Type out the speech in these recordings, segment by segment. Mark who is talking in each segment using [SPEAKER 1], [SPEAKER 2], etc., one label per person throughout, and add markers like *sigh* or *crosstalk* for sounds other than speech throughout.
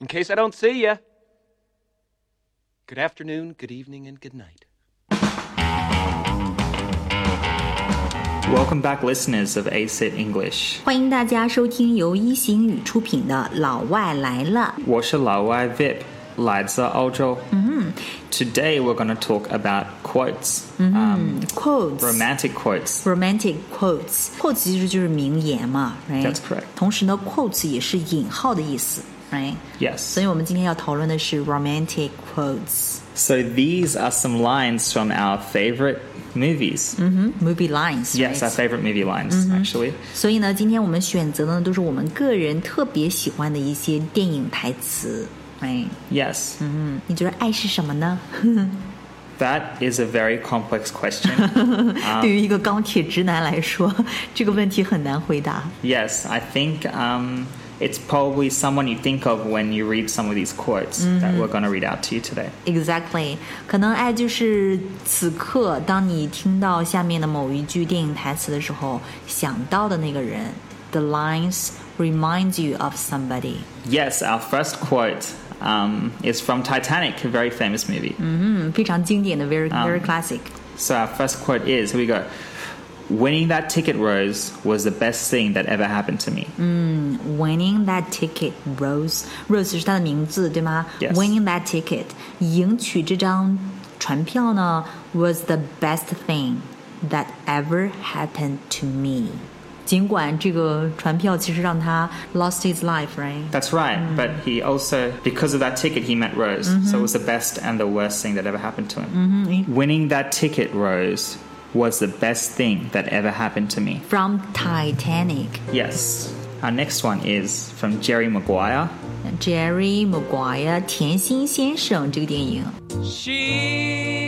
[SPEAKER 1] in case I don't see you. Good afternoon, good evening, and good night.
[SPEAKER 2] Welcome back, listeners of ACIT English。
[SPEAKER 3] 欢迎大家收听由一行语出品的《老外来了》。
[SPEAKER 2] 我是老外 Vip，来自澳洲。嗯、Today we're going to talk about quotes, Um,
[SPEAKER 3] 嗯 quotes
[SPEAKER 2] romantic quotes.
[SPEAKER 3] romantic quotes quotes 其实就是名言嘛，right？
[SPEAKER 2] That's correct.
[SPEAKER 3] 同时呢，quotes 也是引号的意思，right？
[SPEAKER 2] Yes.
[SPEAKER 3] 所以我们今天要讨论的是 romantic quotes
[SPEAKER 2] So these are some lines from our favorite movies.
[SPEAKER 3] 嗯 Mm-hmm. movie lines。
[SPEAKER 2] Yes, our favorite movie lines, actually.
[SPEAKER 3] 所以呢，今天我们选择的呢都是我们个人特别喜欢的一些电影台词。哎，
[SPEAKER 2] Yes.
[SPEAKER 3] 嗯，你觉得爱是什么呢？
[SPEAKER 2] That is a very complex question. 啊
[SPEAKER 3] 对于一个钢铁直男来说，这个问题很难回答。
[SPEAKER 2] yes, I think um, it's probably someone you think of when you read some of these quotes that we're going to read out to you today.
[SPEAKER 3] Exactly，可能爱就是此刻当你听到下面的某一句电影台词的时候想到的那个人。The lines remind you of somebody。
[SPEAKER 2] Yes, our first quote um, is from Titanic, a very famous movie.
[SPEAKER 3] 嗯，非常经典的，very very classic。
[SPEAKER 2] So our first quote is here we go. Winning that ticket, Rose, was the best thing that ever happened to me.
[SPEAKER 3] Winning that ticket, Rose. Rose 是她的名字，对吗
[SPEAKER 2] Yes
[SPEAKER 3] Winning that ticket，赢取这张船票呢，was the best thing that ever happened to me。尽管这个船票其实让他 lost his life，right？
[SPEAKER 2] That's right. But he also, because of that ticket, he met Rose. So it was the best and the worst thing that ever happened to him. Winning that ticket, Rose, was the best thing that ever happened to me.
[SPEAKER 3] From Titanic,
[SPEAKER 2] Yes. Our next one is from Jerry Maguire.
[SPEAKER 3] Jerry Maguire，甜心先生这个电影。
[SPEAKER 1] She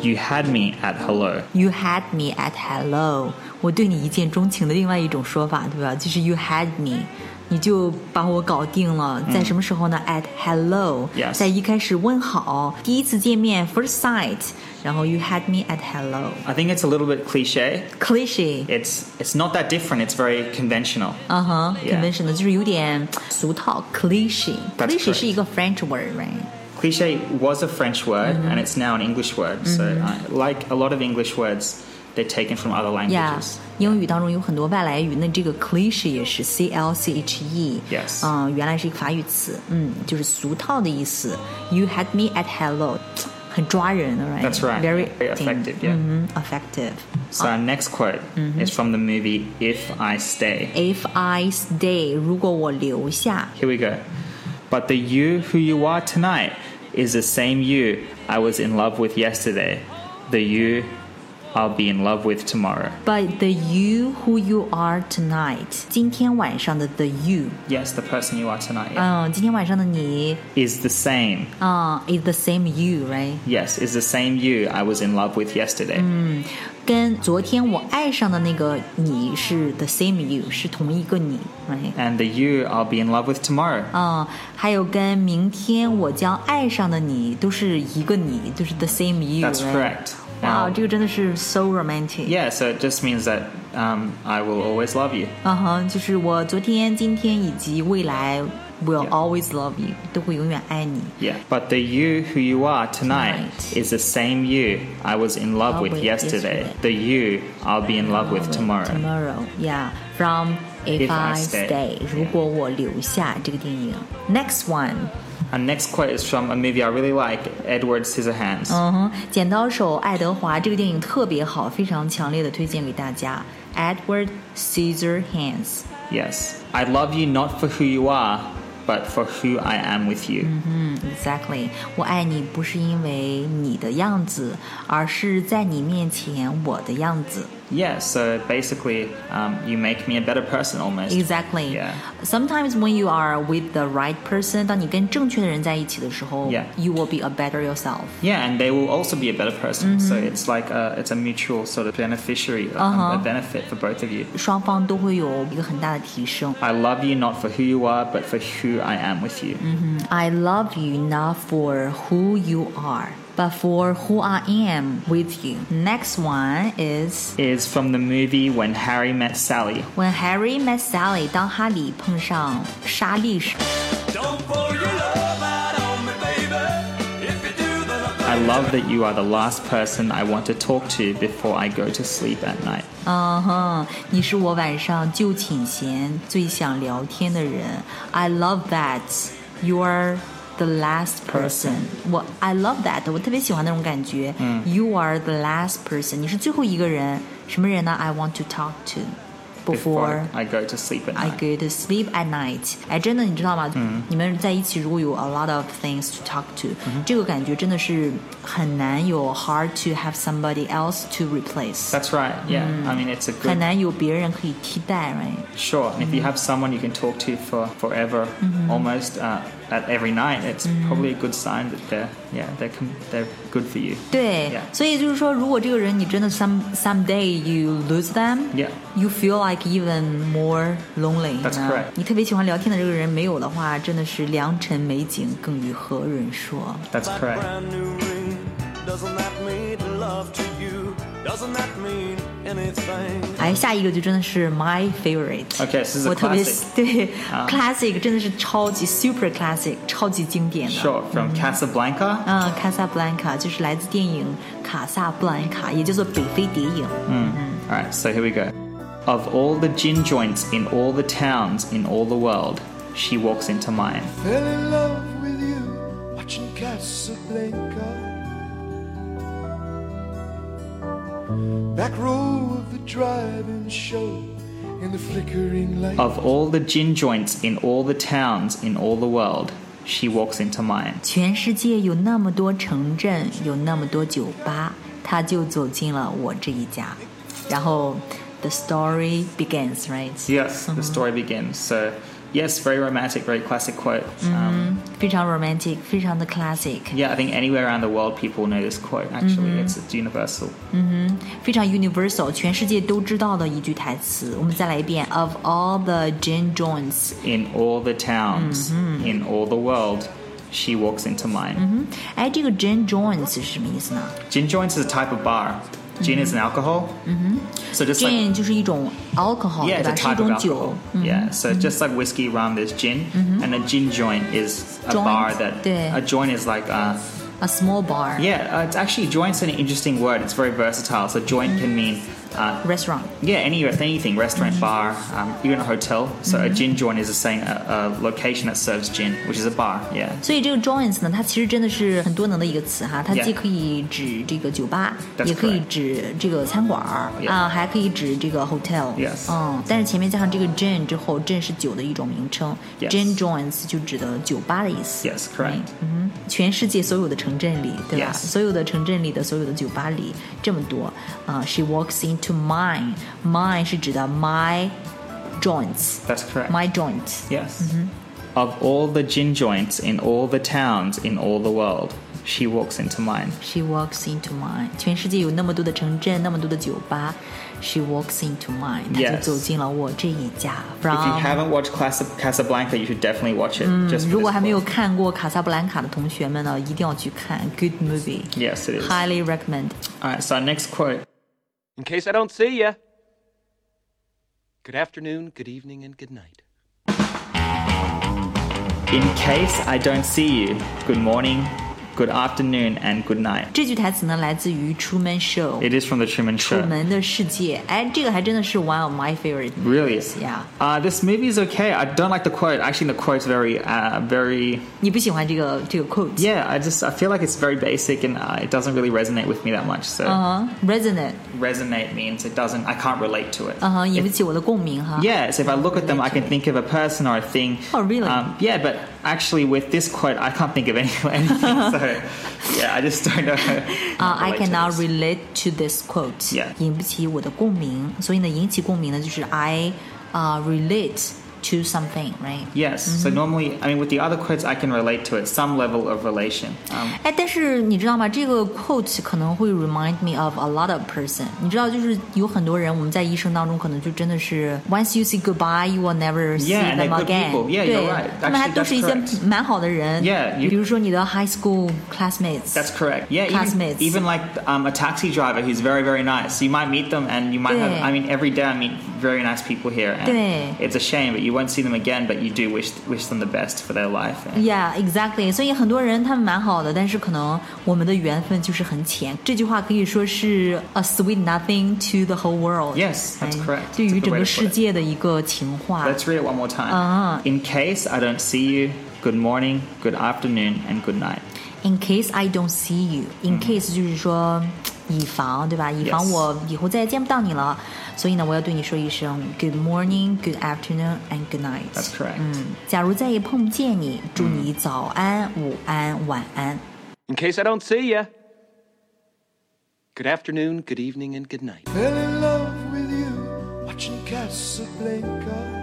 [SPEAKER 2] You had me at hello.
[SPEAKER 3] You had me at hello，我对你一见钟情的另外一种说法，对吧？就是 You had me，你就把我搞定了。在什么时候呢？At hello，
[SPEAKER 2] 嗯 Yes
[SPEAKER 3] 在一开始问好，第一次见面 first sight，然后 You had me at hello。
[SPEAKER 2] I think it's a little bit cliche.
[SPEAKER 3] Cliche，
[SPEAKER 2] It's it's not that different. It's very conventional.
[SPEAKER 3] 嗯哼
[SPEAKER 2] Yeah
[SPEAKER 3] ，convention 的就是有点俗套，cliche。
[SPEAKER 2] That's
[SPEAKER 3] cliche
[SPEAKER 2] correct
[SPEAKER 3] 是一个 French word，right？
[SPEAKER 2] Cliche was a French word, and it's now an English word. So, uh, like a lot of English words, they're taken from other
[SPEAKER 3] Yeah，
[SPEAKER 2] languages.
[SPEAKER 3] 英语当中有很多外来语，那这个 cliche 也是 c l c h e，
[SPEAKER 2] Yes
[SPEAKER 3] 嗯、原来是一个法语词，嗯，就是俗套的意思。You had me at hello，很抓人，right？
[SPEAKER 2] That's right.
[SPEAKER 3] Very
[SPEAKER 2] Very effective, yeah.
[SPEAKER 3] 嗯哼，effective。
[SPEAKER 2] So our next quote is from the movie If I Stay.
[SPEAKER 3] If I stay，如果我留下
[SPEAKER 2] Here we go. But the you who you are tonight is the same you I was in love with yesterday. The you I'll be in love with tomorrow.
[SPEAKER 3] ，But the you who you are tonight，今天晚上的 the you，
[SPEAKER 2] Yes, the person you are tonight yeah,
[SPEAKER 3] 嗯，今天晚上的你，
[SPEAKER 2] is the same.
[SPEAKER 3] 啊、i s the same you，right？
[SPEAKER 2] Yes, is the same you I was in love with yesterday.
[SPEAKER 3] 跟昨天我爱上的那个你是 the same you，是同一个你，right？
[SPEAKER 2] And the you I'll be in love with tomorrow.
[SPEAKER 3] 嗯，还有跟明天我将爱上的你都是一个你，都是 the same you。
[SPEAKER 2] That's correct.
[SPEAKER 3] 哇，
[SPEAKER 2] Now-
[SPEAKER 3] 这个真的是 so romantic。
[SPEAKER 2] yeah, so it just means that um, I will always love you.
[SPEAKER 3] 嗯哼，就是我昨天、今天以及未来，will
[SPEAKER 2] Yeah
[SPEAKER 3] always love you，都会永远爱你。
[SPEAKER 2] Yeah. But the you who you are tonight
[SPEAKER 3] Tonight.
[SPEAKER 2] is the same you I was in love
[SPEAKER 3] Love
[SPEAKER 2] with
[SPEAKER 3] with
[SPEAKER 2] yesterday.
[SPEAKER 3] yesterday.
[SPEAKER 2] The you I'll be in love with tomorrow.
[SPEAKER 3] Tomorrow, yeah. From If,
[SPEAKER 2] If I
[SPEAKER 3] I
[SPEAKER 2] Stay
[SPEAKER 3] Stay，如果我留下这个电影。Next one.
[SPEAKER 2] Our next quote is from a movie I really like, Edward Scissorhands.
[SPEAKER 3] 嗯哼，《剪刀手爱德华》这个电影特别好，非常强烈的推荐给大家。Edward Scissorhands，
[SPEAKER 2] Yes. I love you not for who you are, but for who I am with you.
[SPEAKER 3] 嗯，exactly，我爱你不是因为你的样子，而是在你面前我的样子。
[SPEAKER 2] Yeah, so basically, um, you make me a better person almost.
[SPEAKER 3] Exactly.
[SPEAKER 2] Yeah.
[SPEAKER 3] Sometimes when you are with the right person，当你跟正确的人在一起的时候
[SPEAKER 2] Yeah.
[SPEAKER 3] you will be a better yourself.
[SPEAKER 2] Yeah, and they will also be a better person.
[SPEAKER 3] Mm-hmm.
[SPEAKER 2] So it's like a, it's a mutual sort of beneficiary, um,
[SPEAKER 3] Uh-huh.
[SPEAKER 2] a benefit for both of you.
[SPEAKER 3] 双方都会有一个很大的提升。
[SPEAKER 2] I love you not for who you are,
[SPEAKER 3] Mm-hmm.
[SPEAKER 2] but for who I am with you.
[SPEAKER 3] I love you not for who you are, but for who I am with you. Next one is
[SPEAKER 2] Is from the movie When Harry Met Sally.
[SPEAKER 3] When Harry Met Sally，当哈里碰上莎莉时。
[SPEAKER 4] Don't pour your love out on me, baby. If you do, then I'll
[SPEAKER 2] I love that you are the last person I want to talk to before I go to sleep at night.
[SPEAKER 3] 嗯哼，你是我晚上就寝前最想聊天的人。I love that you are the last person 我 I love that，我特别喜欢那种感觉。You are the last person，你是最后一个人。什么人呢？I want to talk to before
[SPEAKER 2] I go to sleep at
[SPEAKER 3] I
[SPEAKER 2] night.
[SPEAKER 3] go to sleep at night。哎，真的，你知道吗？你们在一起如果有 a lot of things to talk to，、这个感觉真的是很难有 hard to have somebody else to replace。
[SPEAKER 2] That's right. Yeah.
[SPEAKER 3] Mm.
[SPEAKER 2] I mean, it's a
[SPEAKER 3] 很
[SPEAKER 2] good.
[SPEAKER 3] 难有别人可以替代，right？
[SPEAKER 2] Sure. And
[SPEAKER 3] Mm-hmm.
[SPEAKER 2] if you have someone you can talk to for forever, almost uh, at every night, it's
[SPEAKER 3] Mm-hmm.
[SPEAKER 2] probably a good sign that they're yeah they're com- they're good for you.
[SPEAKER 3] 对
[SPEAKER 2] Yeah.
[SPEAKER 3] 所以就是说，如果这个人你真的 some someday you lose
[SPEAKER 2] Yeah.
[SPEAKER 3] them，you、feel like even more lonely 呢。
[SPEAKER 2] That's correct.
[SPEAKER 3] 你特别喜欢聊天的这个人没有的话，真的是良辰美景更与何人说？
[SPEAKER 2] That's
[SPEAKER 4] That
[SPEAKER 2] correct.
[SPEAKER 4] brand new ring. Doesn't that mean love to you? Doesn't that mean anything?
[SPEAKER 3] 哎，下一个就真的是 my favorite。
[SPEAKER 2] Okay, this is a
[SPEAKER 3] 我特别
[SPEAKER 2] classic. 啊
[SPEAKER 3] 对、classic 真的是超级 super classic 超级经典的。
[SPEAKER 2] Sure. From Casablanca.
[SPEAKER 3] 嗯，卡萨布兰卡就是来自电影《卡萨布兰卡》，也叫做《北非谍影》。
[SPEAKER 2] All right. So here we go. Of all the gin joints in all the towns in all the world, she walks into mine.
[SPEAKER 5] Fell in love with you watching Casablanca. Back row of the drive-in show in the flickering light.
[SPEAKER 2] Of all the gin joints in all the towns in all the world, she walks into mine.
[SPEAKER 3] 全世界有那么多城镇，有那么多酒吧，他就走进了我这一家。然后，the story begins, right？
[SPEAKER 2] Yes, the story begins. So, yes, very romantic, very classic quote. Um,
[SPEAKER 3] 非常 romantic，非常的 classic，
[SPEAKER 2] yeah, I think anywhere around the world people know this quote. Actually, it's, it's universal.
[SPEAKER 3] 非常 universal，全世界都知道的一句台词。我们再来一遍：Of all the gin joints，
[SPEAKER 2] In all the towns, in all the world, she walks into mine.
[SPEAKER 3] 哎，这个 gin joints 是什么意思呢
[SPEAKER 2] Gin joints is a type of bar. Gin is an alcohol. So just like
[SPEAKER 3] Mm-hmm. ？gin 就是一种 alcohol，
[SPEAKER 2] yeah,
[SPEAKER 3] 对
[SPEAKER 2] it's
[SPEAKER 3] 吧？
[SPEAKER 2] a
[SPEAKER 3] 是一
[SPEAKER 2] type of
[SPEAKER 3] 种酒
[SPEAKER 2] alcohol.。Yeah,
[SPEAKER 3] Mm-hmm.
[SPEAKER 2] so just like whiskey, rum, there's gin, and a gin joint is a
[SPEAKER 3] Joint,
[SPEAKER 2] bar that
[SPEAKER 3] 对。
[SPEAKER 2] a joint is like uh,
[SPEAKER 3] A small bar
[SPEAKER 2] yeah, uh, it's actually joint's an interesting word. It's very versatile. So joint can mean uh,
[SPEAKER 3] restaurant。
[SPEAKER 2] yeah, any anything, restaurant,
[SPEAKER 3] Mm-hmm.
[SPEAKER 2] bar, um, even a hotel. So a gin joint is the same a, a location that serves gin, which is a bar. Yeah,
[SPEAKER 3] 所以这个 joints 呢，它其实真的是很多能的一个词哈，它
[SPEAKER 2] Yeah.
[SPEAKER 3] 既可以指这个酒吧
[SPEAKER 2] That's
[SPEAKER 3] 也可以
[SPEAKER 2] correct.
[SPEAKER 3] 指这个餐馆儿
[SPEAKER 2] Yeah.
[SPEAKER 3] 啊，还可以指这个 hotel。
[SPEAKER 2] Yes.
[SPEAKER 3] 嗯，但是前面加上这个 gin 之后，gin 是酒的一种名称
[SPEAKER 2] Yes.
[SPEAKER 3] gin joints 就指的酒吧的意思。
[SPEAKER 2] Yes, correct.
[SPEAKER 3] 嗯哼，全世界所有的城镇里，对吧
[SPEAKER 2] Yes.
[SPEAKER 3] 所有的城镇里的所有的酒吧里，这么多啊、s h e walks into mine. Mine 是指的 my joints.
[SPEAKER 2] that's correct.
[SPEAKER 3] My joints.
[SPEAKER 2] Yes. Of all the gin joints in all the towns in all the world, she walks into mine.
[SPEAKER 3] She walks into mine。全世界有那么多的城镇，那么多的酒吧。She walks into mine。她
[SPEAKER 2] Yes.
[SPEAKER 3] 就走进了我这一家。
[SPEAKER 2] If you
[SPEAKER 3] From
[SPEAKER 2] haven't watched Casa- Casablanca, you should definitely watch it. just for
[SPEAKER 3] 如果
[SPEAKER 2] this
[SPEAKER 3] 还没有
[SPEAKER 2] quote.
[SPEAKER 3] 看过《卡萨布兰卡》的同学们呢，一定要去看，good movie。
[SPEAKER 2] Yes, it is.
[SPEAKER 3] Highly recommend。
[SPEAKER 2] All right, so our next quote.
[SPEAKER 1] In case I don't see ya. Good afternoon, good evening, and good night.
[SPEAKER 2] In case I don't see you, good morning, good afternoon, and good night.
[SPEAKER 3] 这句台词呢，来自于《Truman Show》
[SPEAKER 2] It is from The Truman
[SPEAKER 3] 楚
[SPEAKER 2] Show.
[SPEAKER 3] 门的世界。哎，这个还真的是 one of my favorite。
[SPEAKER 2] Really?
[SPEAKER 3] Yeah.
[SPEAKER 2] Uh, this movie is okay. I don't like the quote. Actually, the quote's very, uh, very.
[SPEAKER 3] 你不喜欢这个这个 quote？
[SPEAKER 2] Yeah, I just I feel like it's very basic and uh, it doesn't really resonate with me that much. So
[SPEAKER 3] 嗯哼，resonant，
[SPEAKER 2] resonate means it doesn't. I can't relate to it.
[SPEAKER 3] 嗯哼，引不
[SPEAKER 2] If-
[SPEAKER 3] 起我的共鸣哈。
[SPEAKER 2] yeah, so if I look at them, I can think of a person or a thing.
[SPEAKER 3] Oh, really?
[SPEAKER 2] Um, yeah, but actually, with this quote, I can't think of any, *laughs* anything. so, yeah, I just don't
[SPEAKER 3] *laughs*
[SPEAKER 2] know.
[SPEAKER 3] Uh,
[SPEAKER 2] Uh,
[SPEAKER 3] I cannot relate to this quote.
[SPEAKER 2] Yeah.
[SPEAKER 3] 引不起我的共鸣，所以呢，引起共鸣呢，就是 I 啊、relate to something, right?
[SPEAKER 2] Yes. So
[SPEAKER 3] Mm-hmm.
[SPEAKER 2] normally, I mean, with the other quotes, I can relate to it, some level of relation. Um,
[SPEAKER 3] 哎，但是你知道吗？这个 quote 可能会 remind me of a lot of person。你知道，就是有很多人，我们在一生当中可能就真的是 once you say goodbye, you will never see
[SPEAKER 2] Yeah, and they're
[SPEAKER 3] them
[SPEAKER 2] good
[SPEAKER 3] again。
[SPEAKER 2] people. Yeah,
[SPEAKER 3] 对
[SPEAKER 2] you're right.
[SPEAKER 3] 他们还
[SPEAKER 2] Actually,
[SPEAKER 3] 都是一些
[SPEAKER 2] that's correct.
[SPEAKER 3] 蛮好的人。
[SPEAKER 2] Yeah, you-
[SPEAKER 3] 比如说你的 high school classmates。
[SPEAKER 2] that's correct. Yeah, even-
[SPEAKER 3] Classmates.
[SPEAKER 2] Even, like um, a taxi driver who's very, very nice. You might meet them, and you might have.
[SPEAKER 3] Yeah.
[SPEAKER 2] I mean, every day I meet very nice people here, and
[SPEAKER 3] Yeah.
[SPEAKER 2] it's a shame, but you won't see them again. But you do wish wish them the best for their life. And-
[SPEAKER 3] Yeah, exactly. 所以很多人他们蛮好的，但是可能我们的缘分就是很浅。这句话可以说是 a sweet nothing to the whole world.
[SPEAKER 2] Yes, that's
[SPEAKER 3] 哎
[SPEAKER 2] correct.
[SPEAKER 3] 对于
[SPEAKER 2] That's a good
[SPEAKER 3] 整
[SPEAKER 2] way to
[SPEAKER 3] 个
[SPEAKER 2] put
[SPEAKER 3] 世
[SPEAKER 2] it.
[SPEAKER 3] 界的一个情话。
[SPEAKER 2] Let's read it one more time.
[SPEAKER 3] Uh-huh.
[SPEAKER 2] In case I don't see you, good morning, good afternoon, and good night.
[SPEAKER 3] In case I don't see you, in case 就是说，以防对吧？以防我以后再也见不到你了，所以呢，我要对你说一声 Good morning, Good afternoon, and Good night。
[SPEAKER 2] That's correct.
[SPEAKER 3] 嗯，假如再也碰不见你，祝你早安、午安、晚安。
[SPEAKER 1] In case I don't see you. Good afternoon, good evening, and good night.
[SPEAKER 5] Fell in love with you watching Casablanca.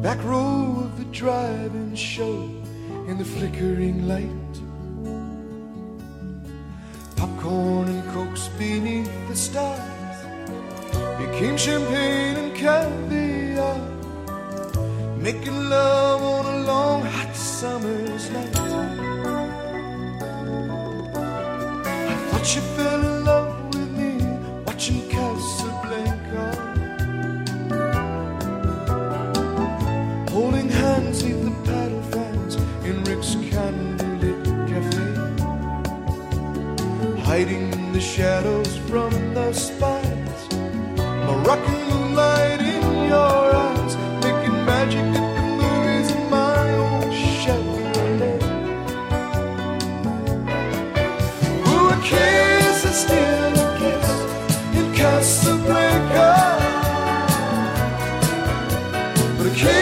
[SPEAKER 5] Back row of the drive-in show in the flickering light. Popcorn and cokes beneath the stars became champagne and caviar. Making love on a long hot summer's night. Thought you fell in love with me watching Casablanca. Holding hands neath the paddle fans in Rick's candlelit cafe. Hiding the shadows from the spies. Moroccan moonlight in your eyes. Making magic at the movies in my own Chevrolet. Ooh, a kiss is still a kiss in Casablanca. But a kiss